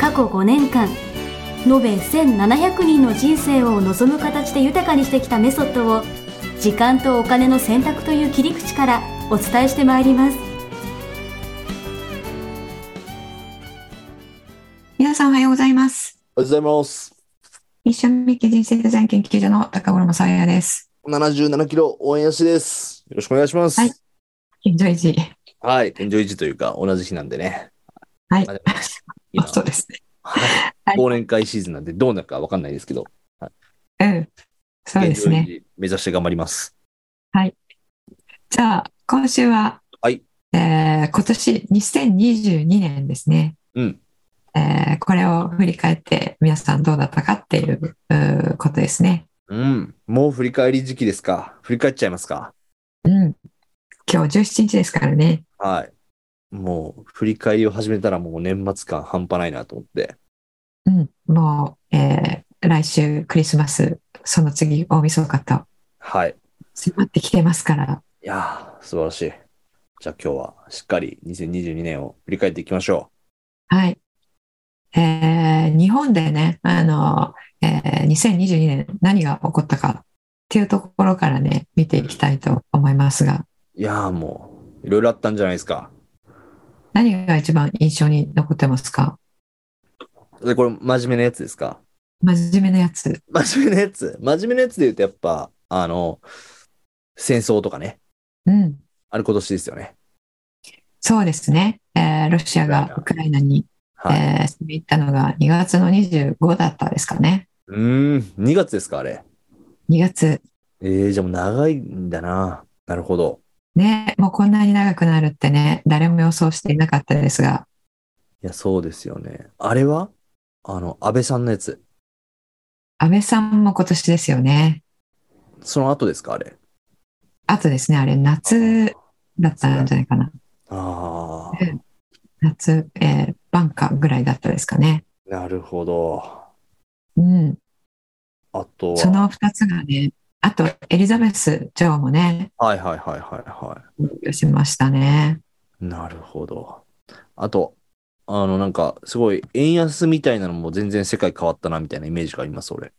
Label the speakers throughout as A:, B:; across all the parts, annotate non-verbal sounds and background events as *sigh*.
A: 過去5年間延べ1700人の人生を望む形で豊かにしてきたメソッドを時間とお金の選択という切り口からお伝えしてまいります
B: 皆さんおはようございます。
C: おはようございます。
B: 一緒に経人生デザイン研究所の高頃もさやです。
C: 77キロ応援足です。よろしくお願いします。
B: はい。現在時。
C: はい。天井維持というか、同じ日なんでね。
B: はい
C: あ。でも今
B: あそうですね。
C: はい *laughs* 忘年会シーズンなんでどうなるかわかんないですけど、
B: うん。そうです
C: 現
B: ね。
C: 状維持目指して頑張ります。
B: じゃあ、今週は、
C: はい
B: えー今年2022年ですね。
C: うん。
B: えーこれを振り返って、皆さんどうだったかっていううーことですね。
C: うん。もう振り返り時期ですか振り返っちゃいますか
B: うん。今日17日ですからね。
C: はい。もう、振り返りを始めたらもう年末感半端ないなと思って。
B: うん。もう、えー来週クリスマス、その次大晦日と
C: はい。
B: 迫ってきてますから、
C: いやー、素晴らしい。じゃあ今日はしっかり2022年を振り返っていきましょ
B: はい。えー日本でね、あの、えー2022年何が起こったかっていうところからね、見ていきたいと思いますが、
C: う。いやーもう、いろいろあったんじゃないですか。
B: 何が一番印象に残ってますか
C: で、これ真面目なやつですか
B: 真面目なやつ。
C: 真面目なやつ真面目なやつで言うとやっぱ、あの、戦争とかね。
B: うん。
C: あれ今年ですよね。
B: そうですね。えーロシアがウクライナに、
C: はい。
B: えー攻め入ったのが2月の25だったですかね。
C: うーん、2月ですか、あれ。
B: 2月。
C: えー、じゃあもう長いんだな。なるほど。
B: ね、もうこんなに長くなるってね、誰も予想していなかったですが、
C: いや、そうですよね。あれはあの、安倍さんのやつ。
B: 安倍さんも今年ですよね。
C: その後ですか、あれ。
B: あとですね、あれ、夏だったんじゃないかな。
C: ああ、
B: 夏、えー、晩夏ぐらいだったですかね。
C: なるほど。
B: うん。
C: あとは
B: その2つがね、あとエリザベス女王もね、
C: はいはいはいはいは
B: 発表しましたね。
C: い。なるほど。あと、あの、なんか、すごい、円安みたいなのも全然世界変わったな、みたいなイメージがあります、俺。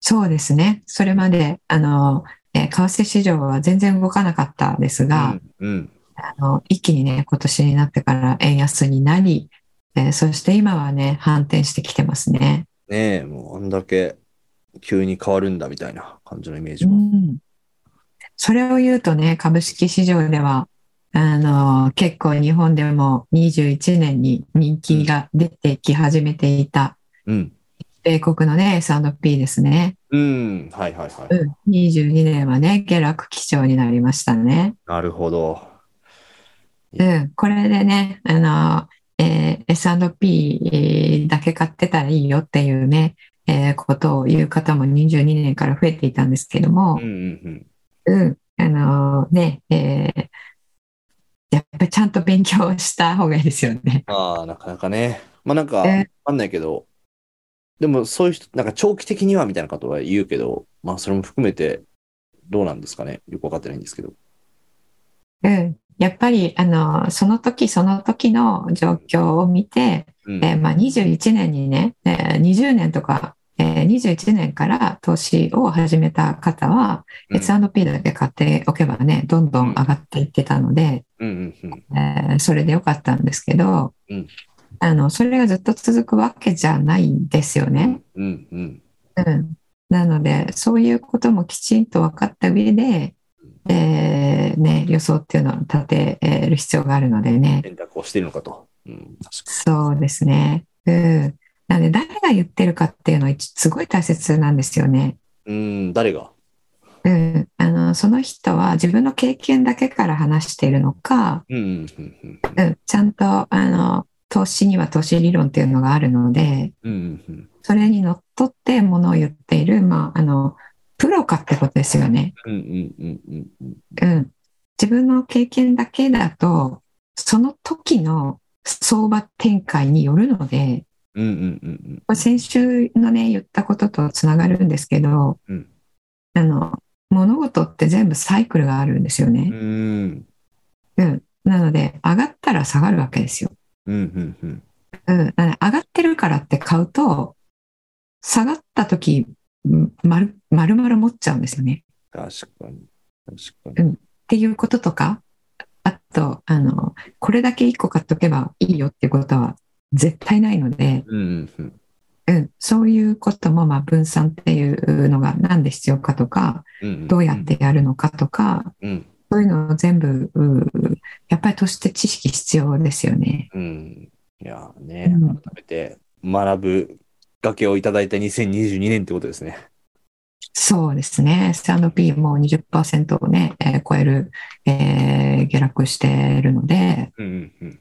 B: そうですね。それまで、あの、えー為替市場は全然動かなかったですが、
C: うん、うん。
B: あの一気にね、今年になってから円安になり、えーそして今はね、反転してきてますね。
C: ねえ、もうあんだけ急に変わるんだみたいな感じのイメージ
B: う
C: も。
B: ん。それを言うとね、株式市場では、あの、結構日本でも21年に人気が出てき始めていた、
C: うん。
B: 米国のね、S&P ですね。
C: うん、はいはいは
B: う
C: い。
B: ん。22年はね、下落基調になりましたね。
C: なるほど。
B: うん。これでね、あの、えー S&P だけ買ってたらいいよっていうね、えーことを言う方も22年から増えていたんですけども、
C: うんうん
B: うん、あのね、えーやっぱりちゃんと勉強した方がいいですよね。 *laughs*
C: うん。ああ、なかなかね。まあなんか、わ
B: え
C: かんないけど、でもそういう人、なんか長期的にはみたいなことは言うけど、まあそれも含めてどうなんですかね。よくわかってないんですけど。
B: うん、やっぱりあのその時その時の状況を見て、
C: うん。
B: えーまあ、21年にね、えー20年とか、えー21年から投資を始めた方は、
C: うん
B: S&P だけ買っておけばねどんどん上がっていってたので、
C: うんうんうん。
B: えーそれでよかったんですけど、
C: うん
B: あのそれがずっと続くわけじゃないんですよね。
C: うんうん。
B: うん、なのでそういうこともきちんと分かった上で、えーね、予想っていうのを立てえーる必要があるのでね
C: 選択をしているのかと。うん。
B: そうですね、うん、なので誰が言ってるかっていうのは一すごい大切なんですよね。
C: うん、誰が
B: うん、あのその人は自分の経験だけから話しているのか、
C: うんうんうんうん。
B: うん、ちゃんとあの投資には投資理論っていうのがあるので、
C: うんうん
B: それにのっとってものを言っている、まあ、あの、プロかってことですよね。
C: うんうんうんうんうん
B: うん。自分の経験だけだと、その時の相場展開によるので、
C: うんうんうんうん
B: これ先週のね、言ったこととつながるんですけど、
C: うん
B: あの、物事って全部サイクルがあるんですよ
C: う
B: ね。
C: ん
B: うん。なので、上がったら下がるわけですよ。
C: うんうんうん
B: うん。なので上がってるからって買うと、下がった時、うん丸丸々持っちゃうんですよね。
C: 確かに確か
B: うんっていうこととか、あと、あの、これだけ1個買っとけばいいよっていうことは絶対ないので、
C: にうんうん
B: うん、そういうことも、まあ、分散っていうのがなんで必要かとか、
C: うんうん
B: どうやってやるのかとか、
C: うん
B: そういうのを全部、うんやっぱりとして知識必要ですよね。
C: うんいやーね
B: うん
C: 改めて学ぶ崖をいただいた2022年ってことですね
B: そうですね。スタンド P もう20%をね、えー超える、えー下落しているので、
C: うんうんうん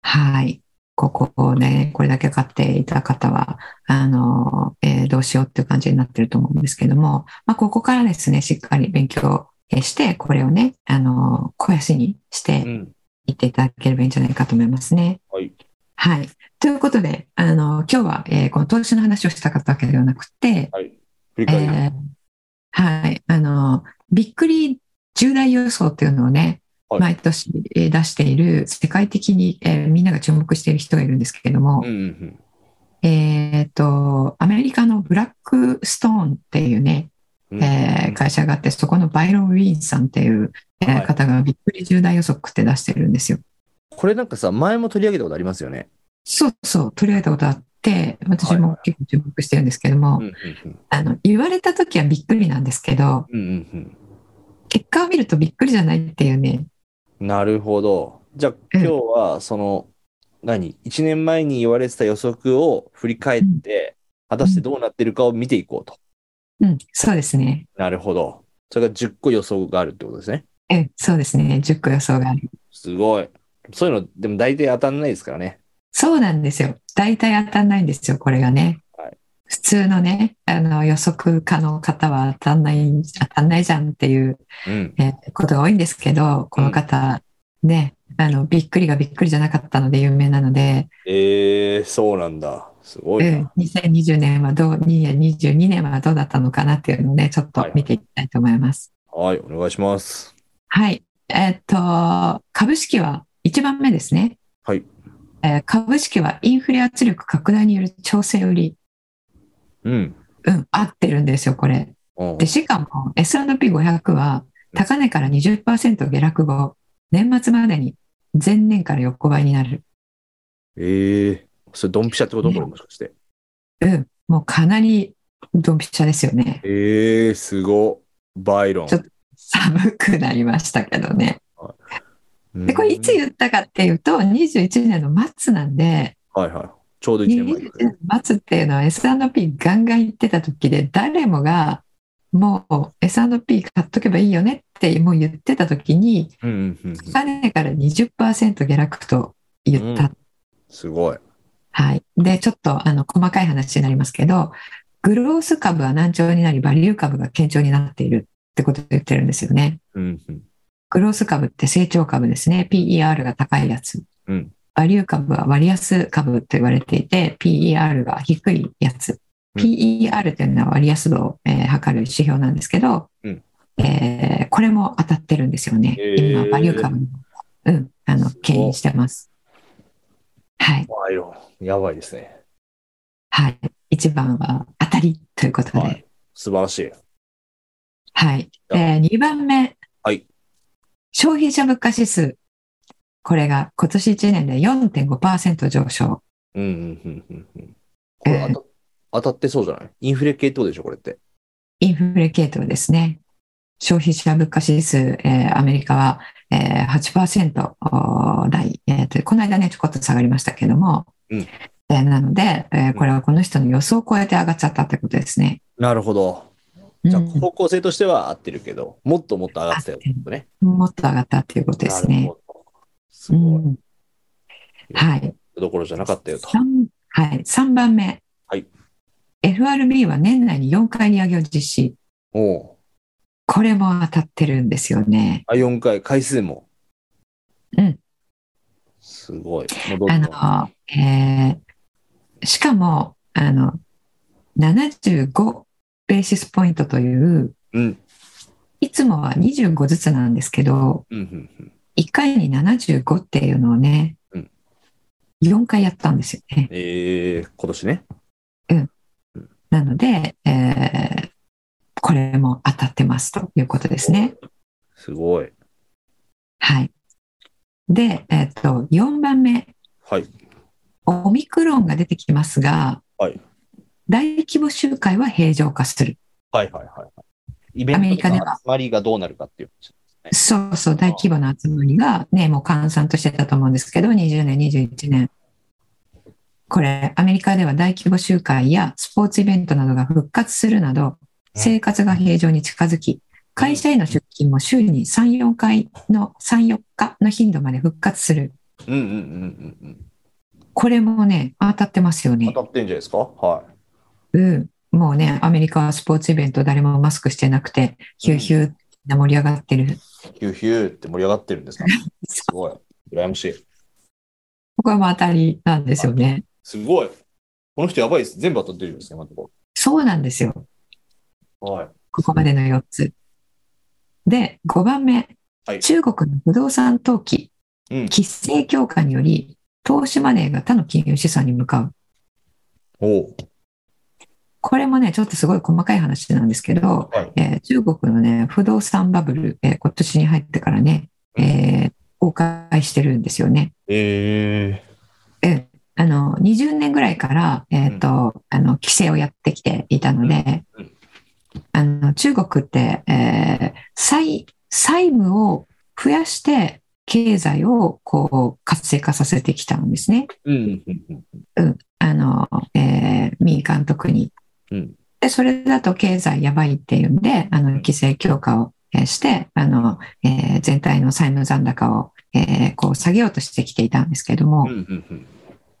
B: はい。ここをね、これだけ買っていた方は、あの、えーどうしようっていう感じになってると思うんですけども、まあ、ここからですね、しっかり勉強えーして、これをね、あの、肥やしにし
C: う
B: て
C: ん
B: いっていただければいいんじゃないかと思いますね。
C: はい
B: はい。ということで、あの、今日は、えーこの投資の話をしたかったわけではなくて、
C: はい
B: え
C: 振り返り
B: ーはい。あの、びっくり重大予想っていうのをね、
C: はい
B: 毎年えー出している、世界的に、えーみんなが注目している人がいるんですけれども
C: うん、うん
B: えっと、アメリカのブラックストーンっていうね、
C: うん
B: えー会社があって、そこのバイロン・ウィーンさんっていう、えー
C: はい
B: 方がびっくり重大予測って出してるんですよ。
C: これなんかさ前も取り上げたことありますよね
B: そうそう、取り上げたことあって、私も結構注目してるんですけども、
C: うんうんうん
B: あの、言われた時はびっくりなんですけど、
C: うんうん
B: 結果を見るとびっくりじゃないっていうね、
C: うんなるほどじゃあ今日はその何1年前に言われてた予測を振り返って果たしてどうなってるかを見ていこうと
B: うん、そうですね。
C: なるほどそれが10個予想があるってことですね
B: え、そうですね。10個予想がある。
C: すごいそういうのでも大体当たんないですからね
B: そうなんですよ。大体当たんないんですよ、これがね。
C: はい
B: 普通のね、あの予測家の方は当たんない、当たんないじゃんっていう、
C: うん
B: えーことが多いんですけど、この方、ね、あの、びっくりがびっくりじゃなかったので有名なので、
C: えー、そうなんだすごいな、
B: うん、2020年はどう、2022年はどうだったのかなっていうのをね、ちょっと見ていきたいと思います。
C: はいお願いします
B: はい。えーっと、株式は1番目ですね。
C: はい。
B: えー株式はインフレ圧力拡大による調整売り。
C: うん
B: うん、合ってるんですよ、これ。
C: うん
B: で、しかも S&P500 は高値から20%下落後、年末までに前年から横ばいになる。
C: ええー、それドンピシャってこと
B: ね
C: これもしかして
B: うん、もうかなりドンピシャですよね。
C: ええー、すごバイロン
B: ちょっ寒くなりましたけどね。で、これいつ
C: うん
B: 言ったかっていうと、21年の末なんで、
C: はいはいちょうど1年前
B: 21年末っていうのは S&P ガンガン行ってた時で誰もがもう S&P 買っとけばいいよねってもう言ってた時に
C: うんうんうんうん
B: 高値から20%下落と言った、
C: うすごい。
B: はいでちょっとあの細かい話になりますけどグロース株は難聴になりバリュー株が堅調になっているってことを言ってるんですよね
C: うんうん
B: グロース株って成長株ですね PER が高いやつ、
C: うん
B: バリュー株は割安株と言われていて PER が低いやつ
C: うん
B: PER というのは割安度を、えー測る指標なんですけど、
C: うん
B: えーこれも当たってるんですよね、
C: へー
B: 今バリュー株にうんあの
C: すごい
B: 牽引してますはい
C: バイロン。やばいですね。
B: はい一番は当たりということで、
C: はい素晴らしい。
B: はい。え2番目。
C: はい
B: 消費者物価指数。これが今年1年で4.5%上昇。
C: うんうんうんうんうん。これ当た当たってそうじゃないインフレ系ってことでしょ、これって。
B: インフレ系統ですね。消費者物価指数、えーアメリカは、えー、8%台、えーとこの間ね、ちょこっと下がりましたけども。
C: うん
B: えーなので、えーこれはこの人の予想を超えて上がっちゃったってことですね。
C: なるほど。じゃあ、
B: うん
C: 方向性としては合ってるけど、もっともっと上がってたよってことね。
B: もっと上がったっていうことです
C: なる
B: ね。
C: ほど。すごい。
B: うんはい。
C: どころじゃなかったよと。
B: 三はい、3番目、
C: はい、
B: FRB は年内に4回利上げを実施、
C: おう
B: これも当たってるんですよね。
C: あ、4回、回数も。
B: うん。
C: すごい。戻
B: あ
C: るの。
B: のえーしかもあの75ベーシスポイントという、
C: うん。
B: いつもは25ずつなんですけど、
C: うんうんうん。
B: 1回に75っていうのをね、
C: うん
B: 4回やったんですよね。
C: えー、今年ね。
B: なので、えーこれも当たってますということですね。
C: すごい。
B: はい。で、えっと、4番目、
C: はい。
B: オミクロンが出てきますが、
C: はい
B: 大規模集会は平常化する。
C: はいはいはいはい。イベン
B: アメリ
C: ト
B: カで
C: の
B: は
C: 集まりがどうなるかっていう話ですね。
B: そうそう、大規模な集まりがね、もう閑散としてたと思うんですけど、20年、21年。これ、アメリカでは大規模集会やスポーツイベントなどが復活するなど、生活が平常に近づき、会社への出勤も週に3、4回の、3、4日の頻度まで復活する。
C: うんうんうんうん
B: これもね、当たってますよ
C: う
B: ね
C: ん。。当たってんじゃないですかは
B: うん。もうね、アメリカはスポーツイベント誰もマスクしてなくて、ヒューヒューな盛り上がってる。
C: い。ヒューヒューって盛り上がってるんです
B: *laughs*
C: かすごい。羨ましい。
B: これも当たりなんですよね。
C: すごい。この人やばいです。全部当たってるんですね、今のとこ
B: そうなんですよ。
C: ろ。はい。
B: ここまでの4つ。で、5番目、
C: はい
B: 中国の不動産投機、
C: うん
B: 規制強化により、投資マネーが他の金融資産に向かう。
C: おう
B: これもね、ちょっとすごい細かい話なんですけど、
C: はい。
B: えー中国のね、不動産バブル、えー今年に入ってからね、えー崩壊してるんですよね。
C: え
B: あの、20年ぐらいから、えっ、と、あの、規制をやってきていたので、
C: うんうん
B: あの、中国って、えー債、債務を増やして、経済をこう活性化させてきたんですね。
C: ー。うんうんうん
B: あの、えー民間特に。
C: うん
B: で、それだと経済やばいっていうんで、あの、規制強化をえーして、あの、えー全体の債務残高を、えーこう下げようとしてきていたんですけども、
C: うんうんうん。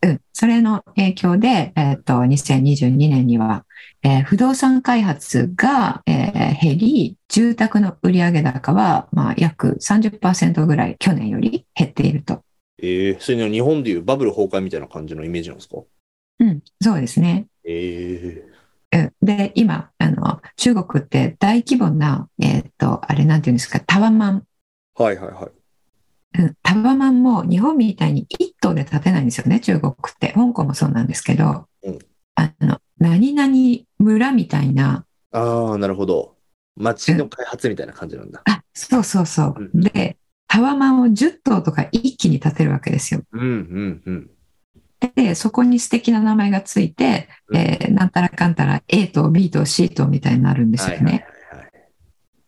B: うん、それの影響で、えっと2022年には、えー不動産開発が、えー減り住宅の売上高は、まあ、約30%ぐらい去年より減っていると、
C: ええー、それの日本でいうバブル崩壊みたいな感じのイメージなんですか
B: うん、そうですね、
C: ええ
B: うん、で今あの中国って大規模な、えっとあれなんていうんですかタワマン、
C: ー。はいはいはい。
B: うん、タワマンも日本みたいに一棟で建てないんですよね中国って香港もそうなんですけど、
C: うん
B: あの何々村みたいな
C: ああ、なるほど。街の開発みたいな感じなんだ。
B: あ、そうそうそうう。
C: ん
B: で、タワマンを10棟とか一気に建てるわけですよ。
C: うんうんうん。
B: で、そこに素敵な名前がついて、
C: うん
B: えーなんたらかんたら A と B と C とみたいになるんですよね。
C: はいはい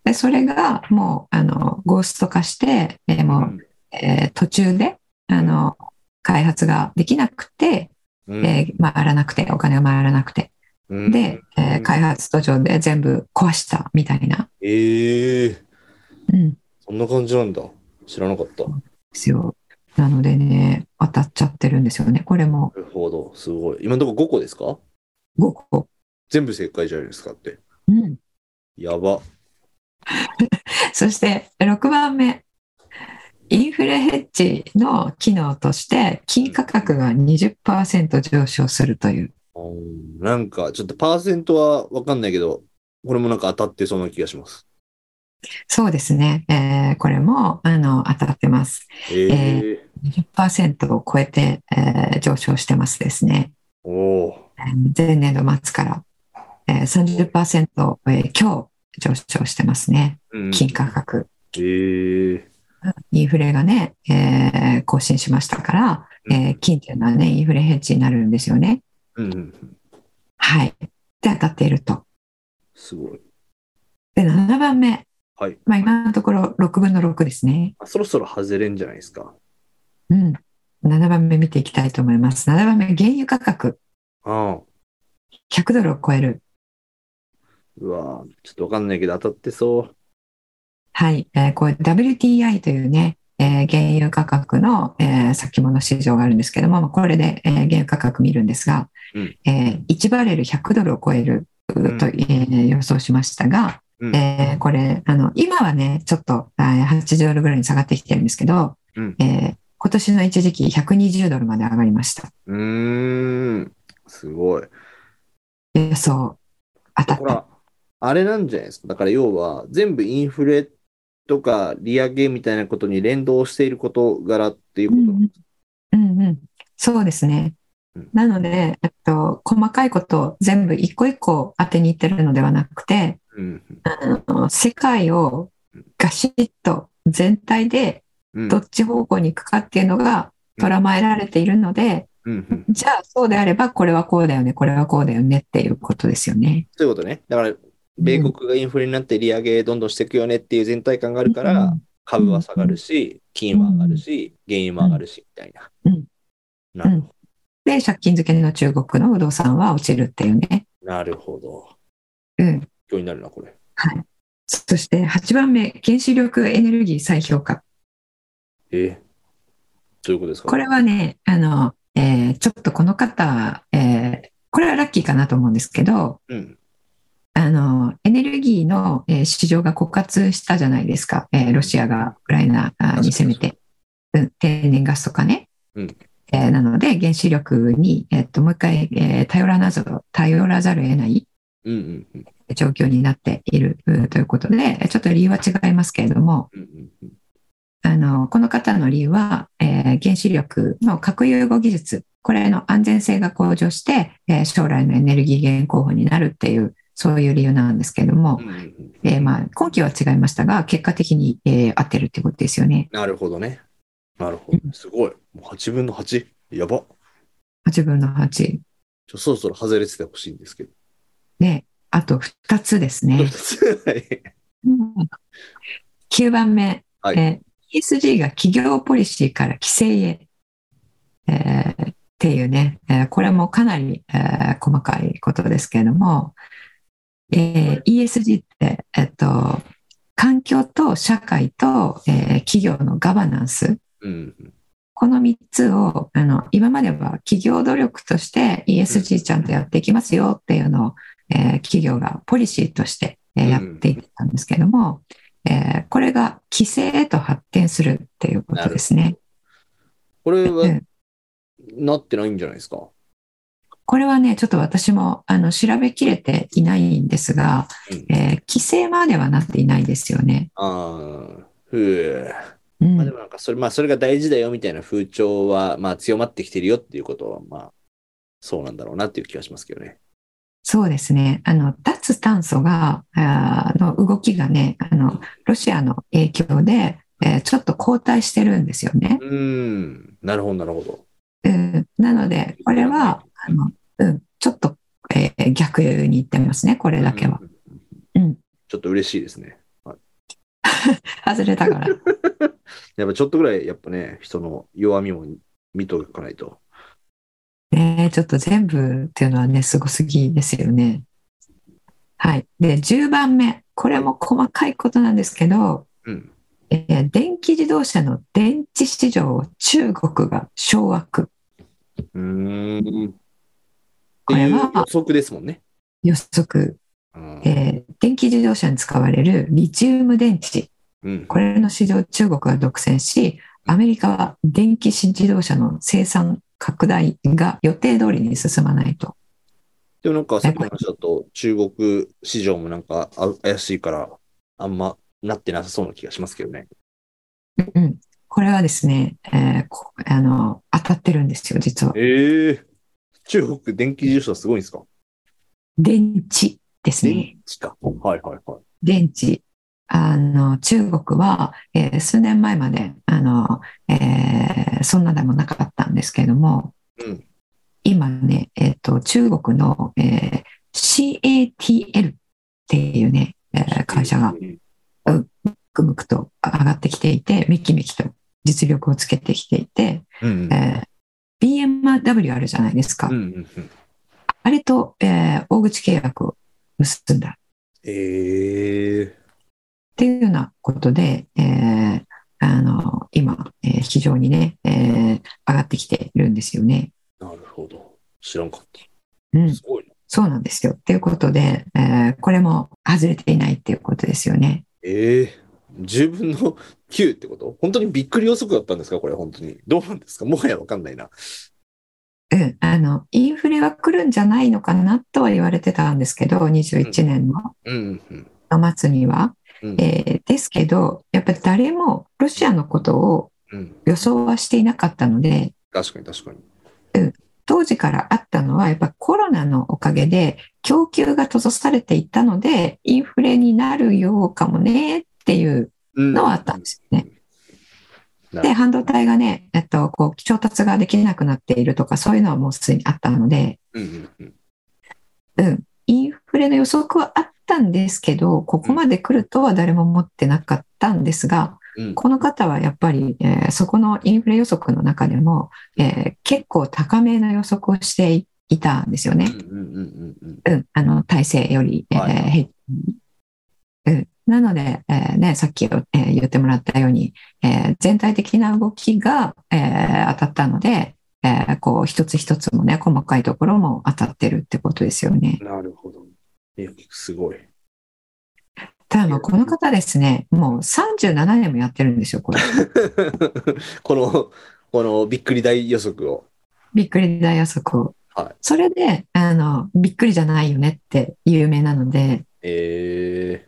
B: で、それがもう、あの、ゴースト化して、えーもう
C: はい、
B: えー途中で、あの、開発ができなくて、
C: うんうん
B: えー回らなくて、お金が回らなくて、
C: うん
B: で、えー開発途上で全部壊したみたいな。
C: ええー、
B: うん。
C: そんな感じなんだ。知らなかった。
B: ですよ。なのでね、当たっちゃってるんですよね。これも
C: なるほど。すごい。今のところ5個ですか
B: 5個。
C: 全部正解じゃないですかって。
B: うん、
C: やば。
B: そして6番目。インフレヘッジの機能として、金価格が20%上昇するという。
C: うんなんか、ちょっとパーセントはわかんないけど、これもなんか当たってそうな気がします。
B: そうですね。えーこれも、あの、当たってます。
C: ええー。
B: 20%を超えて、えー上昇してますですね。
C: おお。
B: えー前年度末から、えー、30%、えー強上昇してますね。
C: うん
B: 金価格。
C: えー、
B: インフレがね、えー更新しましたから、えー金っていうのはね、インフレヘッジになるんですよね。
C: うんうん。
B: はい。で、当たっていると。
C: すごい。
B: で、7番目。
C: はい。
B: まあ、今のところ6分の6ですね。
C: あそろそろ外れんじゃないですか。
B: うん。7番目見ていきたいと思います。7番目、原油価格、
C: うん。
B: 100ドルを超える。
C: うわぁちょっとわかんないけど当たってそう。
B: はい。えーこれ WTI というね、えー原油価格の、えー先物市場があるんですけども、まあこれで、えー原油価格見るんですが、
C: うん
B: えー1バレル100ドルを超える
C: ん
B: と、えー予想しましたが、
C: うん
B: えーこれあの、今はね、ちょっとあー80ドルぐらいに下がってきてるんですけど、
C: うん
B: えー今年の一時期120ドルまで上がりました。
C: うーん。すごい。
B: 予想当たっ
C: ほ
B: た。
C: ら、あれなんじゃないですか。だから要は、全部インフレとか利上げみたいなことに連動している事柄っていうこ
B: う
C: と。
B: んうんうんうん、そうですね
C: うん。
B: なので、えっと、細かいことを全部一個一個当てにいってるのではなくて、
C: うん。
B: あの世界をガシッと全体で
C: うん。
B: どっち方向に行くかっていうのが
C: うん
B: 捉まえられているので、
C: うんうん
B: じゃあそうであればこれはこうだよね、これはこうだよねっていうことですよね。
C: そういうことね。だから、米国がインフレになって利上げどんどんしていくよねっていう全体感があるから、株は下がるし、金は上がるし、原油も上がるし、みたいな。
B: うん
C: なるほど。
B: で、借金付けの中国の不動産は落ちるっていうね。
C: なるほど。
B: うん。
C: 今日になるな、これ。
B: はい。そして8番目、原子力エネルギー再評価。
C: えどういうことですか
B: これはね、あの、えーちょっとこの方、えーこれはラッキーかなと思うんですけど、
C: うん。
B: あの、エネルギーの、えー市場が枯渇したじゃないですか。えーロシアがウクライナあ
C: 確かに
B: に攻めて、うん天然ガスとかね。
C: うん
B: えーなので、原子力に、えーっと、もう一回、えー頼らなぞ、頼らざるを得ない
C: うんうんうん
B: 状況になっているうんということで、ちょっと理由は違いますけれども、
C: うんうんうん。
B: あの、この方の理由は、えー原子力の核融合技術、これの安全性が向上して、えー将来のエネルギー源候補になるっていう、そういう理由なんですけれども
C: う、んうんうん
B: えーまあ、今期は違いましたが、結果的に、えー合ってるってことですよね。
C: なるほどね。なるほど。すごい。もう8分の8。やば。
B: 8分の8。
C: ちょそろそろ外れててほしいんですけど。
B: で、あと2つですね。9番目、
C: はい
B: えー ESG が企業ポリシーから規制へ、えーっていうね、えーこれもかなり、えー細かいことですけれども、えー ESG って、えっと、環境と社会と、えー企業のガバナンス、
C: *laughs* うん
B: この3つをあの今までは企業努力として ESG ちゃんとやっていきますよっていうのを、えー企業がポリシーとして、えー
C: うん
B: やっていったんですけども、えーこれが規制へと発展するっていうことですね。
C: これ
B: う
C: は
B: ん
C: なってないんじゃないですか。
B: これはねちょっと私もあの調べきれていないんですが、
C: うん
B: えー規制まではなっていないですよね。
C: ああ、ふう。
B: うん
C: まあでもなんかそれ、まあそれが大事だよみたいな風潮は、まあ強まってきてるよっていうことは、まあそうなんだろうなっていう気がしますけどね。
B: そうですね。あの、脱炭素が、あーの動きがね、あの、ロシアの影響で、えーちょっと後退してるんですよね。
C: うーん、なるほど、なるほど。
B: うん、なので、これは、あの、うん、ちょっと、えー逆に言ってますね、これだけは。
C: うん。
B: うん。
C: ちょっと嬉しいですね。
B: 外れた
C: *laughs*
B: から。
C: やっぱちょっとぐらい、やっぱね、人の弱みも見とかないと。
B: ねえ、ちょっと全部っていうのはね、すごすぎですよね。はい。で、10番目。これも細かいことなんですけど、
C: うん。
B: えー電気自動車の電池市場を中国が掌握。
C: うーん。って
B: これ
C: いう
B: は
C: 予測ですもんね。
B: 予測、
C: うん
B: えー電気自動車に使われるリチウム電池、
C: うん。
B: これの市場を中国が独占し、アメリカは電気自動車の生産拡大が予定通りに進まないと。
C: でもなんかさっきの話だと、中国市場もなんかあ怪しいから、あんまなってなさそうな気がしますけどね。
B: うん、これはですね、えーこあの、当たってるんですよ、実は。
C: ええ中国電気自動車すごいんですか
B: 電池ですね
C: 電。池か。はいはいはい。
B: 電池。あの、中国は、えー数年前まで、あの、えーそんなでもなかったんですけれども、
C: うん
B: 今ね、えっと、中国の、えー CATL っていうね、えー会社が
C: うん
B: ぐむくと上がってきていて、めきめきと実力をつけてきていて、
C: うん。
B: えー BMW あるじゃないですか。
C: うんうんうん。
B: あれと、えー大口契約を結んだ。
C: ええ
B: っていうようなことで、えーあの、今、えー非常にね、えー上がってきているんですよね。
C: なるほど。知らんかっ
B: うん
C: た。すごいな。
B: そうなんですよ。ということで、えーこれも外れていないっていうことですよね。
C: ええ10分の9ってこと本当にびっくり予測だったんですかこれ本当に。どうなんですかもはやわかんないな。
B: うん、あの、インフレは来るんじゃないのかなとは言われてたんですけど、21年の
C: うんうん
B: 末には。
C: うん。
B: えーですけど、やっぱり誰もロシアのことを
C: うん。
B: 予想はしていなかったので、
C: 確かに確かに。
B: 当時からあったのは、やっぱコロナのおかげで、供給が閉ざされていったので、インフレになるようかもねっていう
C: うん
B: のはあったんですよね。
C: なる
B: で、半導体がね、えっと、こう、調達ができなくなっているとか、そういうのはもうすでにあったので、
C: うんうんうん。
B: うん、インフレの予測はあったんですけど、ここまで来るとは誰も思ってなかったんですが、
C: うん
B: この方はやっぱり、えーそこのインフレ予測の中でも、えー結構高めの予測をしていたんですよね。
C: うんうんうんうんうん。
B: うん、あの体制より、えー
C: はい
B: 平均うん、なので、えーね、さっき、えー言ってもらったように、えー全体的な動きが、えー当たったので、えーこう一つ一つもね細かいところも当たってるってことですよね。
C: なるほど。いや、すごい。 *laughs*
B: ただまあこの方ですねもう37年もやってるんですよ
C: *laughs*
B: これ
C: この、このびっくり大予測を。
B: びっくり大予測を。
C: はい
B: それであのびっくりじゃないよねって有名なので。
C: え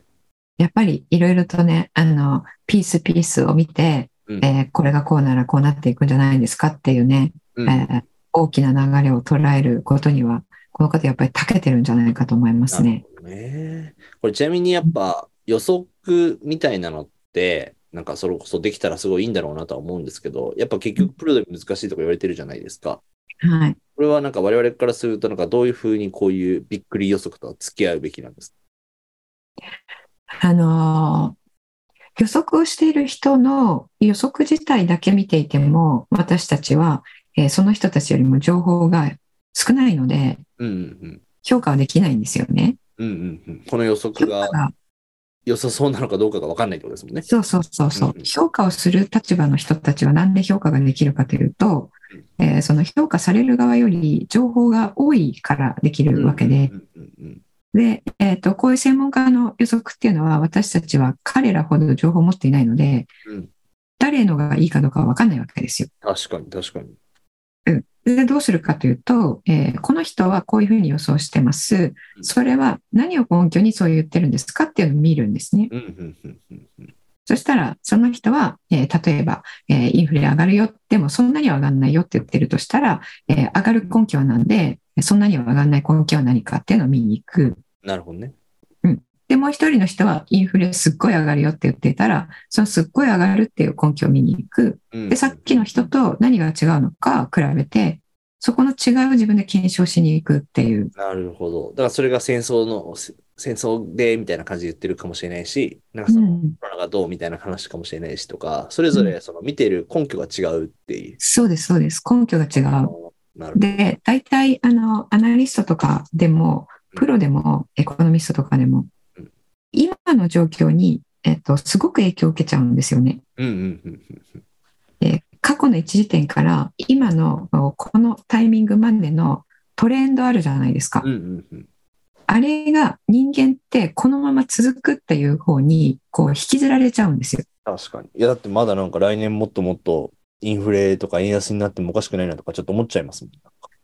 B: やっぱりいろいろとね、あの、ピースピースを見て、
C: うん
B: えーこれがこうならこうなっていくんじゃないですかっていうね、
C: ーう
B: え
C: ん。
B: ー大きな流れを捉えることには、この方やっぱり長けてるんじゃないかと思います
C: なる
B: ね。
C: ほどね。これちなみにやっぱ予測みたいなのって、なんかそれこそできたらすごいいいんだろうなとは思うんですけど、やっぱ結局プロでも難しいとか言われてるじゃないですか。
B: はい。
C: これはなんか我々からすると、なんかどういうふうにこういうびっくり予測とは付き合うべきなんですか
B: あのー予測をしている人の予測自体だけ見ていても、私たちは、えーその人たちよりも情報が少ないので、
C: うんうん
B: 評価はできないんですよね。
C: うん。うんうんうん。この予
B: 評
C: 測
B: 価
C: が
B: が
C: 良さそうなのかどうかが分かんないってことですもんね。
B: そうそうそうそう、
C: うん
B: 評価をする立場の人たちは何で評価ができるかというと、えーその評価される側より情報が多いからできるわけで、
C: うんうんうん
B: で、えー、とこういう専門家の予測っていうのは私たちは彼らほど情報を持っていないので、
C: うん
B: 誰のがいいかどうかは分かんないわけですよ。
C: 確かに確かに。
B: でどうするかというと、えーこの人はこういうふうに予想してます
C: うん
B: それは何を根拠にそう言ってるんですかっていうのを見るんですね。
C: うんうんうんうんうん。
B: そしたら、その人は、えー例えば、えーインフレ上がるよ、でもそんなには上がらないよって言ってるとしたら、えー上がる根拠は何で、そんなには上がらない根拠は何かっていうのを見に行く。
C: なるほどね。
B: で、もう一人の人は、インフレすっごい上がるよって言っていたら、そのすっごい上がるっていう根拠を見に行く。
C: うん
B: で、さっきの人と何が違うのか比べて、そこの違いを自分で検証しに行くっていう。
C: なるほど。だからそれが戦争の、せ戦争でみたいな感じで言ってるかもしれないし、なんかその、
B: うん
C: コロナがどうみたいな話かもしれないしとか、それぞれその見てる根拠が違うっていう。
B: そうです、そうです。根拠が違う。
C: なるほど。
B: で、大体、あの、アナリストとかでも、プロでも、エコノミストとかでも
C: うん、
B: 今の状況に、えっと、すごく影響を受けちゃうんですよね。
C: うんうんうんうん。
B: で過去の一時点から、今のこのタイミングまでのトレンドあるじゃないですか
C: う。んうんうん。
B: あれが人間ってこのまま続くっていう方に、こう、引きずられちゃうんですよ。
C: 確かに。いや、だってまだなんか来年もっともっとインフレとか円安になってもおかしくないなとかちょっと思っちゃいますもん。。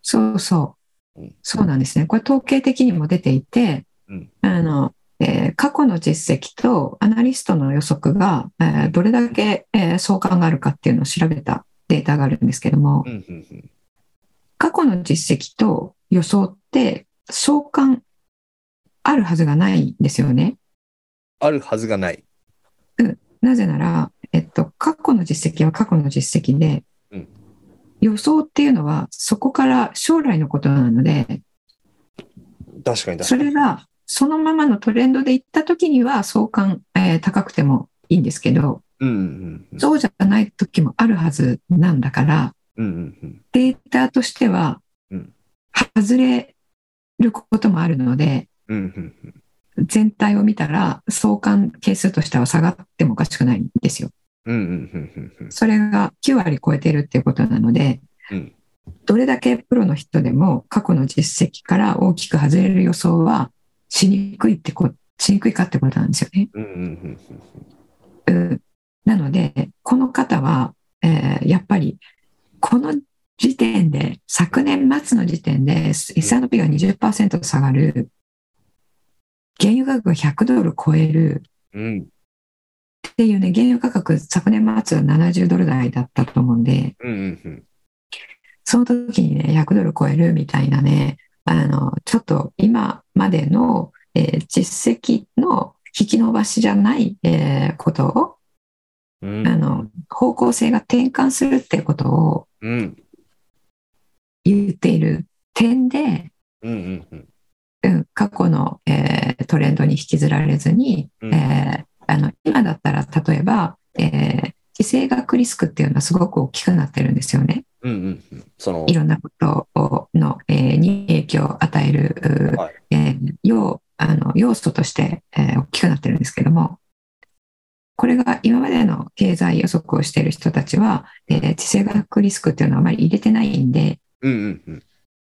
B: そうそううんそうなんですね。これ統計的にも出ていて
C: うん、
B: あの、えー過去の実績とアナリストの予測が、えーどれだけ、えー相関があるかっていうのを調べたデータがあるんですけども
C: う、んうんうん。
B: 過去の実績と予想って相関あるはずがないんですよね。
C: あるはずがない。
B: なぜなら、えっと、過去の実績は過去の実績で
C: うん、
B: 予想っていうのはそこから将来のことなので、
C: 確かに確か
B: そ
C: に。
B: れがそのままのトレンドでいった時には相関、えー高くてもいいんですけど
C: うんうんうん。
B: そうじゃない時もあるはずなんだから
C: うんうんうん。
B: データとしては
C: うん
B: 外れることもあるので
C: うんうんうん。
B: 全体を見たら相関係数としては下がってもおかしくないんですよ。
C: うんうんうんうんうん。
B: それが9割超えてるっていうことなので、
C: うん
B: どれだけプロの人でも過去の実績から大きく外れる予想はしにくいってこしにくいかってことなんですよね。
C: うんうんうんうん
B: うんなのでこの方は、えーやっぱりこの時点で昨年末の時点で S&P が20%下がる原油価格が100ドル超える
C: うん。うん
B: っていうね原油価格昨年末は70ドル台だったと思うんで。
C: うんうん
B: その時にね、100ドル超えるみたいなね、あの、ちょっと今までの、えー実績の引き伸ばしじゃない、えーことを、
C: うん。
B: あの、方向性が転換するってことを
C: うん
B: 言っている点で、
C: うんうんうん。
B: うん、過去の、えートレンドに引きずられずに、
C: うん
B: えーあの今だったら例えば、えー地政学リスクっていうのはすごく大きくなってるんですよね。
C: うんうんうん。その
B: い、ろんなことをの、えーに影響を与える、う
C: はい
B: えー要あの要素として、えー大きくなってるんですけども、これが今までの経済予測をしている人たちは、えー地政学リスクっていうのはあまり入れてないんで、
C: うんうん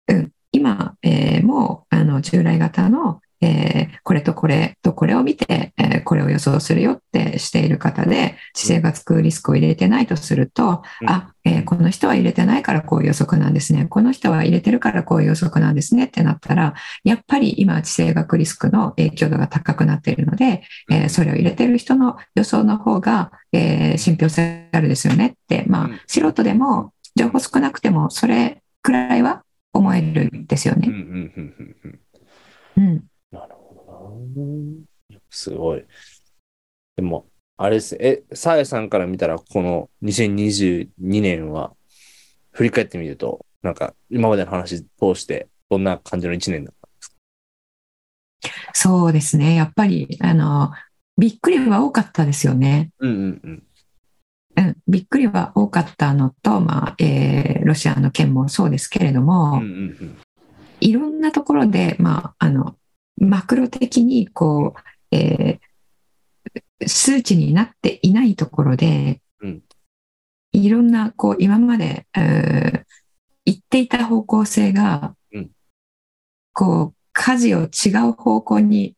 C: うん。
B: 今、えーもうあの従来型の、えーこれとこれとこれを見て、えーこれを予想するよってしている方で地政学リスクを入れてないとすると、
C: うん
B: あ、えーこの人は入れてないからこういう予測なんですねこの人は入れてるからこういう予測なんですねってなったらやっぱり今地政学リスクの影響度が高くなっているので、えーそれを入れてる人の予想の方が、えー信憑性あるですよねって、まあ
C: うん、
B: 素人でも情報少なくてもそれくらいは思えるんですよ
C: うんう
B: ね。
C: んうんうんうん。
B: うん、
C: なるほどな。すごい。でも、あれですね。え、さやさんから見たら、この2022年は、振り返ってみると、なんか、今までの話通して、どんな感じの1年だった
B: そうですね。やっぱり、あの、びっくりは多かったですよね。
C: うんうん
B: うん、びっくりは多かったのと、まあ、えーロシアの件もそうですけれど
C: うん。
B: も、
C: うんうん
B: いろんなところで、まあ、あの、マクロ的に、こう、えー数値になっていないところで、
C: うん
B: いろんな、こう、今まで、えー言っていた方向性が、
C: うん
B: こう、舵を違う方向に、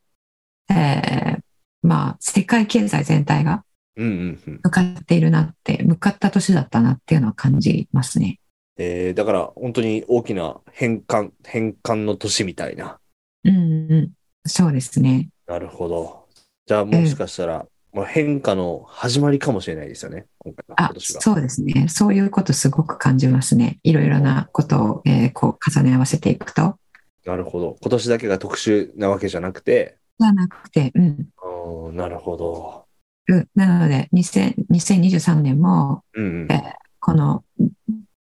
B: えーまあ、世界経済全体が
C: うん。うんうんうん。
B: 向かっているなって、向かった年だったなっていうのは感じますね。
C: えー、だから、本当に大きな変換、変換の年みたいな。
B: うんうん、そうですね。
C: なるほど。じゃあ、もしかしたら、まあ、変化の始まりかもしれないですよね。今回は、
B: あ
C: 今、年は。
B: そうですね。そういうことすごく感じますね。いろいろなことを、えーこう重ね合わせていくと。
C: なるほど。今年だけが特殊なわけじゃなくて、
B: じゃなくて、うん。
C: ああ、なるほど。
B: うんなので、2000 2023年も、
C: うんうん。
B: えこの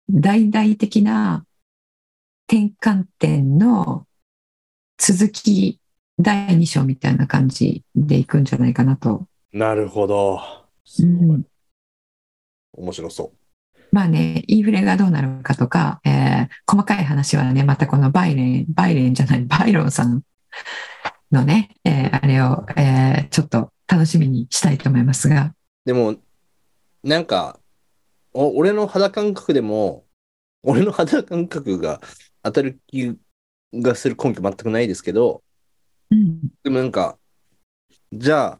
B: 大々的な転換点の続き第2章みたいな感じでいくんじゃないかなと。
C: なるほど。す
B: う
C: ごい
B: ん、
C: 面白そ
B: まあね、インフレがどうなるかとか、えー細かい話はね、またこのバイレン、バイレンじゃない、バイロンさんのね、えーあれを、えーちょっと楽しみにしたいと思いますが、
C: う。でも、なんか、お俺の肌感覚でも、俺の肌感覚が当たる気がする根拠全くないですけど、
B: うん、
C: でもなんか、じゃあ、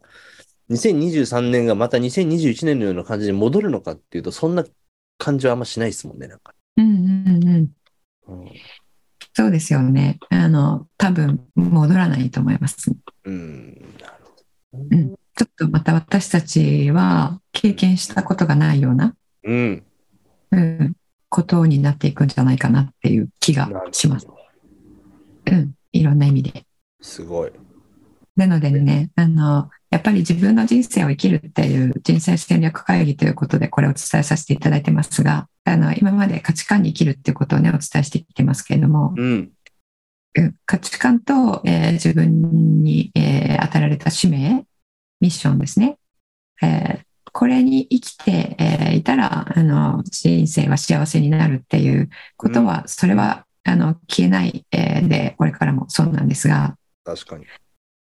C: 2023年がまた2021年のような感じに戻るのかっていうと、そんな感じはあんましないですもんね、なんか。
B: うん、うん、うん、
C: うん
B: そうですよね。あの、多分戻らないと思います。ち
C: うん、なるほど。
B: んょっとまた私たちは経験したことがないような、
C: うん。
B: うん、ことになっていくんじゃないかなっていう気が
C: なる
B: します。
C: ほど
B: うん、いろんな意味で。
C: すごい。
B: なのでね、あの、やっぱり自分の人生を生きるっていう人生戦略会議ということでこれをお伝えさせていただいてますが、あの、今まで価値観に生きるっていうことをね、お伝えしてきてますけれども、
C: うん。
B: うん価値観と、えー自分に、えー与えられた使命、ミッションですね。えーこれに生きて、えーいたら、あの、人生は幸せになるっていうことは、それは、あの、消えない、えーで、これからもそうなんですが、
C: 確かに。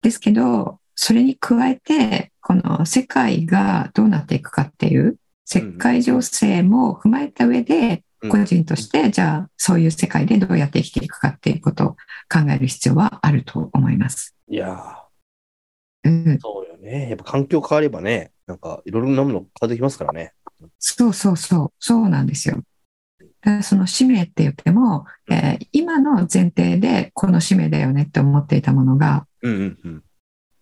B: ですけど、それに加えて、この世界がどうなっていくかっていう、世界情勢も踏まえた上で、
C: うん
B: 個人として、じゃあ、そういう世界でどうやって生きていくかっていうことを考える必要はあると思います。
C: いや
B: うん
C: ー、、そうよね。やっぱ環境変わればね、なんかいろいろなもの変わってきますからね。
B: そうそうそう、そうなんですよ。だからその使命って言っても、えー今の前提でこの使命だよねって思っていたものが、
C: うんうんうん。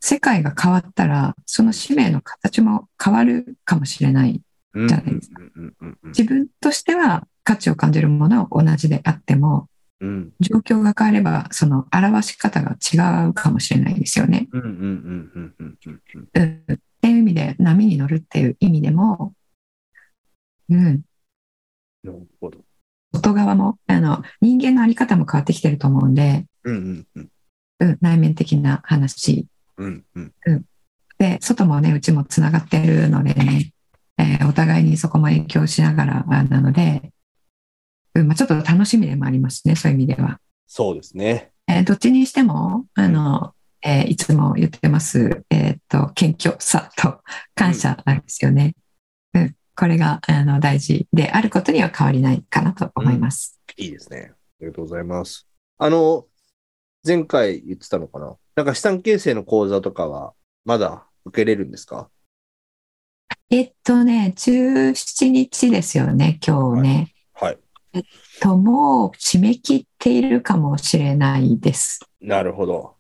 B: 世界が変わったら、その使命の形も変わるかもしれない。
C: うん
B: じゃないです
C: うんうんうん
B: 自分としては価値を感じるものは同じであっても、
C: うん
B: 状況が変われば、その表し方が違うかもしれないですよね。
C: うんうんうんうんうんうんうん
B: うん、っていう意味で、波に乗るっていう意味でも、うん、
C: なるほど。
B: 外側も、あの、人間のあり方も変わってきてると思うんで、
C: うんうんうん
B: うん、内面的な話
C: うんうん
B: で、外もね、うちもつながってるのでね、えーお互いにそこも影響しながらあなので、うんまあ、ちょっと楽しみでもありますね、そういう意味では。
C: そうですね。
B: えーどっちにしても、あの、えーいつも言ってます、えーっと、謙虚さと感謝なんですよね。うん、これが、あの、大事であることには変わりないかなと思います。
C: いいですね。ありがとうございます。あの、前回言ってたのかななんか資産形成の講座とかはまだ受けれるんですか
B: えっとね、17日ですよね、今日ね。
C: はい。
B: ともう締め切っているかもしれないです。
C: なるほど。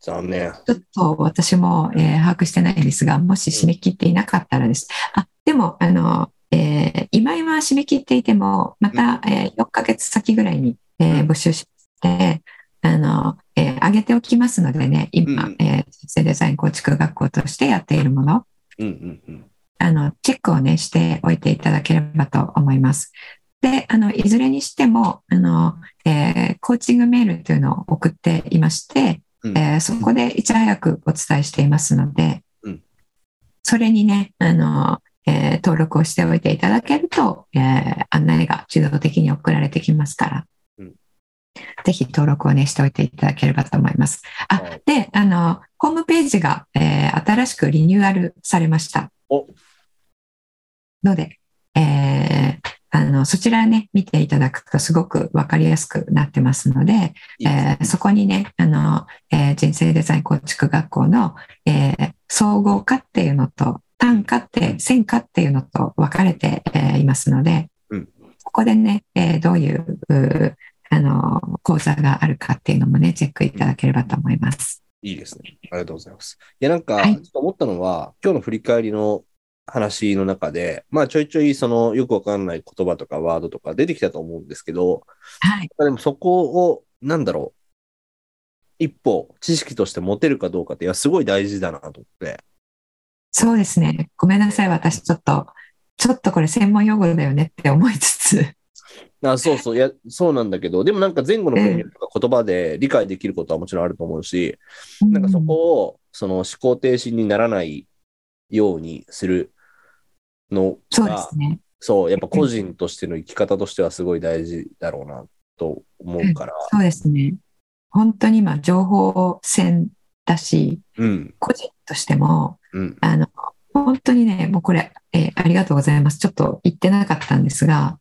C: 残念。
B: ちょっと私も、えー把握してないんですが、もし締め切っていなかったらです。あ、でも、あの、えー今今締め切っていても、また、え4ヶ月先ぐらいに、えー募集して、あの、えー上げておきますのでね、今、
C: うん
B: えー人生デザイン構築学校としてやっているもの、
C: うんうんうん。
B: あの、チェックをね、しておいていただければと思います。で、あの、いずれにしても、あの、えーコーチングメールというのを送っていまして、
C: うん
B: えーそこでいち早くお伝えしていますので、
C: うん
B: それにね、あの、えー登録をしておいていただけると、えー案内が自動的に送られてきますから、
C: うん
B: ぜひ登録をね、しておいていただければと思います。あ
C: はい、
B: で、あの、ホームページが、えー新しくリニューアルされました。ので、えーあのそちらね、見ていただくとすごくわかりやすくなってますので、
C: いいですね
B: えーそこにね、あのえー人生デザイン構築学校の、えー総合化っていうのと、単価って、線価っていうのと分かれて、えーいますので、
C: うん
B: ここでね、えーどういううーあの講座があるかっていうのもね、チェックいただければと思います。
C: いいですね。ありがとうございます。いや、なんか、
B: はい
C: ちょっと思ったのは、今日の振り返りの話の中で、まあ、ちょいちょい、その、よくわかんない言葉とかワードとか出てきたと思うんですけど、
B: はい、
C: まあでもそこを、なんだろう、一歩、知識として持てるかどうかって、いや、すごい大事だなと思って。
B: そうですね。ごめんなさい、私ちょっと、ちょっとこれ専門用語だよねって思いつつ、
C: あそうそう、いや、そうなんだけど、でもなんか前後の
B: ええ
C: 文脈とか言葉で理解できることはもちろんあると思うし、なんかそこを、その思考停止にならないようにするの
B: そうで
C: が、
B: すね。
C: そう、やっぱ個人としての生き方としてはすごい大事だろうなと思うから。
B: そうですね。本当に今、情報戦だし、
C: うん、
B: 個人としても、
C: うん、
B: あの、本当にね、もうこれ、えーありがとうございます。ちょっと言ってなかったんですが、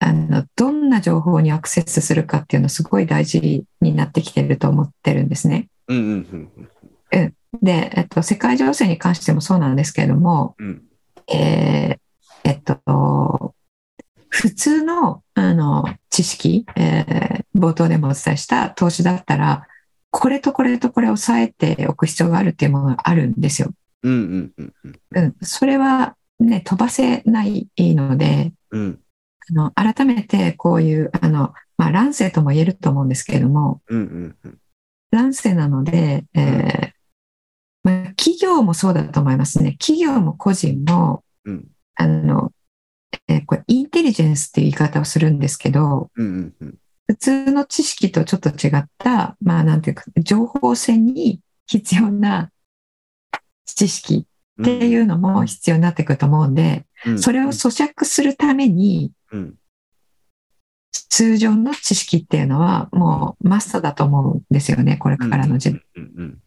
B: あの、どんな情報にアクセスするかっていうのすごい大事になってきてると思ってるんですね。
C: うん、うん、
B: で、えっと、世界情勢に関してもそうなんですけれども、
C: うん、うん、
B: えーえっと、普通のあの知識、えー冒頭でもお伝えした投資だったら、これとこれとこれを抑えておく必要があるっていうものがあるんですよ。
C: うん、うん、うん、うん
B: うん、それはね、飛ばせないので、
C: うん、
B: あの改めてこういう、あの、まあ、乱世とも言えると思うんですけれども、
C: うん、うん、うん、
B: 乱世なので、えーまあ、企業もそうだと思いますね。企業も個人も、
C: うん、
B: あの、えーこれ、インテリジェンスっていう言い方をするんですけど、
C: うん、うん、
B: 普通の知識とちょっと違った、まあ、なんていうか、情報戦に必要な知識
C: うん。
B: っていうのも必要になってくると思うんで、
C: うん、
B: それを咀嚼するために、
C: うん、
B: 通常の知識っていうのはもうマストだと思うんですよね、これからの時代。
C: うん、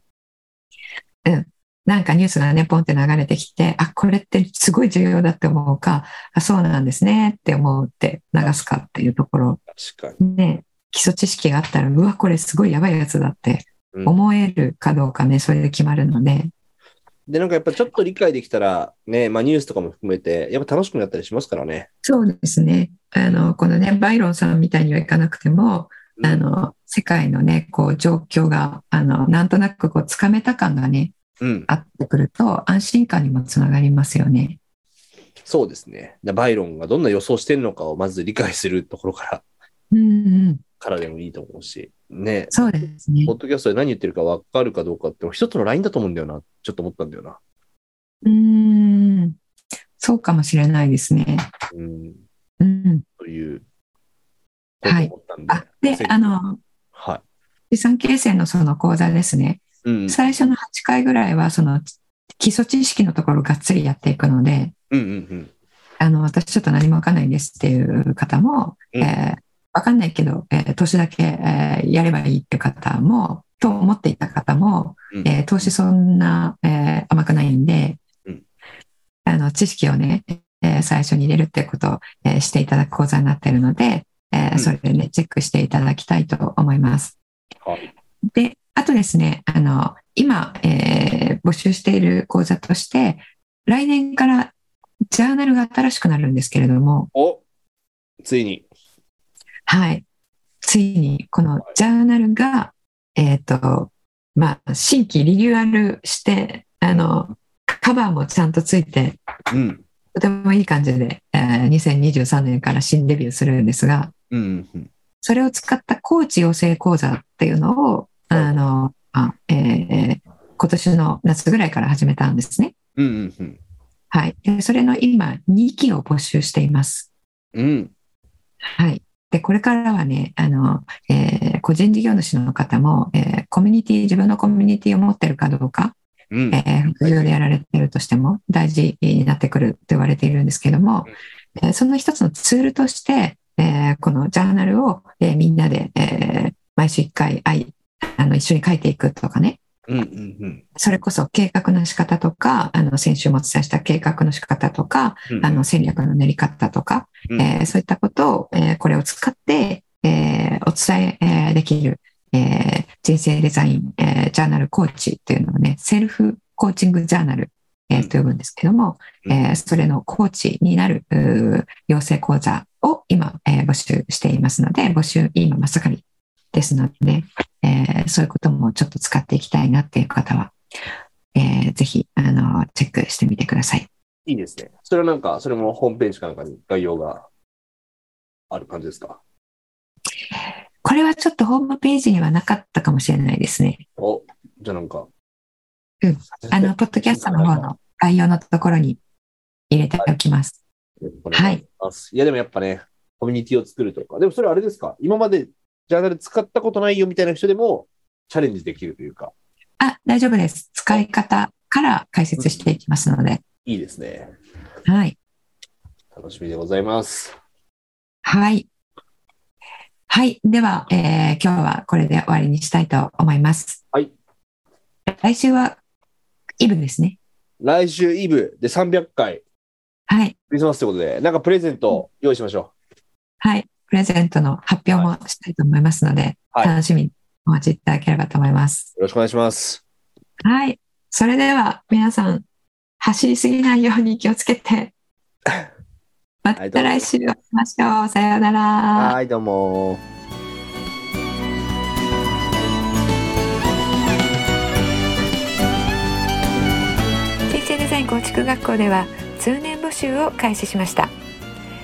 C: うん、
B: なんかニュースがね、ポンって流れてきて、あ、これってすごい重要だって思うか、あ、そうなんですねって思うって流すかっていうところ、
C: 確か
B: ね、基礎知識があったら、うわ、これすごいやばいやつだって
C: に。うん
B: 思えるかどうかね、それで決まるので、
C: で、なんかやっぱちょっと理解できたら、ね、まあニュースとかも含めて、やっぱ楽しくなったりしますからね。
B: そうですね。あの、このね、バイロンさんみたいにはいかなくても、
C: うん
B: あの、世界のね、こう、状況が、あの、なんとなくこう、つかめた感がね、
C: うん。
B: あってくると、安心感にもつながりますよね。
C: そうですね。だバイロンがどんな予想してるのかをまず理解するところから、
B: うんうん、
C: からでもいいと思うし、ね、
B: そうですね
C: ポ。ッドキャストで何言ってるか分かるかどうかって、一つのラインだと思うんだよな。ちょっと思ったんだよな。
B: うん、そうかもしれないですね。
C: うん。
B: うん。
C: という、ことを
B: はい
C: 思ったんで。
B: あ、で、あ、の、
C: はい。
B: 資産形成のその講座ですね。
C: うん。
B: 最初の8回ぐらいは、その、基礎知識のところがっつりやっていくので、
C: うんうん
B: あの、私ちょっと何もわかんないんですっていう方も、
C: うん
B: えーわかんないけど、えー投資だけ、えーやればいいっていう方も、と思っていた方も、
C: うん。
B: えー投資そんな、えー甘くないんで、
C: うん
B: あの、知識をね、えー最初に入れるってことを、えーしていただく講座になっているので、えー
C: うん
B: それでね、チェックしていただきたいと思います。
C: はい。
B: で、あとですね、あの、今、えー募集している講座として、来年からジャーナルが新しくなるんですけれども、
C: おついに。
B: はい。ついに、このジャーナルが、えっ、と、まあ、新規リニューアルして、あの、カバーもちゃんとついて、
C: うん。
B: とてもいい感じで、えー2023年から新デビューするんですが、
C: うんうんうん。
B: それを使ったコーチ養成講座っていうのを、あの、あえー今年の夏ぐらいから始めたんですね。
C: うんうんうん。
B: はい。で、それの今、2期を募集しています。
C: うん。
B: はい。で、これからはね、あの、えー個人事業主の方も、えーコミュニティ、自分のコミュニティを持ってるかどうか、
C: うん。
B: えー副業でやられてるとしても大事になってくると言われているんですけども、えーその一つのツールとして、えーこのジャーナルを、えーみんなで、えー毎週1回あいあの一緒に書いていくとかね、
C: うんうんうん。
B: それこそ計画の仕方とか、あの先週もお伝えした計画の仕方とか、
C: うん
B: あの戦略の練り方とか、
C: うん
B: えーそういったことを、えーこれを使って、えーお伝ええーできる、えー人生デザイン、えージャーナルコーチっていうのをね、セルフコーチングジャーナル、えー
C: うん
B: と呼ぶんですけども、
C: うん
B: えーそれのコーチになるうー養成講座を今、えー募集していますので、募集今まさかりですので、えーそういうこともちょっと使っていきたいなっていう方は、えーぜひ、あの、チェックしてみてください。
C: いいですね。それはなんか、それもホームページかなんかに概要がある感じですか
B: これはちょっとホームページにはなかったかもしれないですね。
C: お、じゃあなんか。
B: うん。あの、ポッドキャストの方の概要のところに入れておきます。
C: お願いします。いや、でもやっぱね、コミュニティを作るとか。でもそれあれですか今までジャーナル使ったことないよみたいな人でもチャレンジできるというか、
B: あ、大丈夫です。使い方から解説していきますので。
C: いいですね。
B: はい。
C: 楽しみでございます。
B: はい。はい。では、えー今日はこれで終わりにしたいと思います。
C: はい。
B: 来週はイブですね。
C: 来週イブで300回
B: はい。
C: クリスマスということで、なんかプレゼントを用意しましょ
B: はい。プレゼントの発表もしたいと思いますので、
C: はい
B: 楽しみにお待ちいただければと思います。
C: う。よろしくお願いします。
B: はい。それでは皆さん、走りすぎないように気をつけ
C: *laughs*
B: て。また来週お会いしましょう。さようなら。
C: はい、どうも。
D: 人生デザイン構築学校では通年募集を開始しました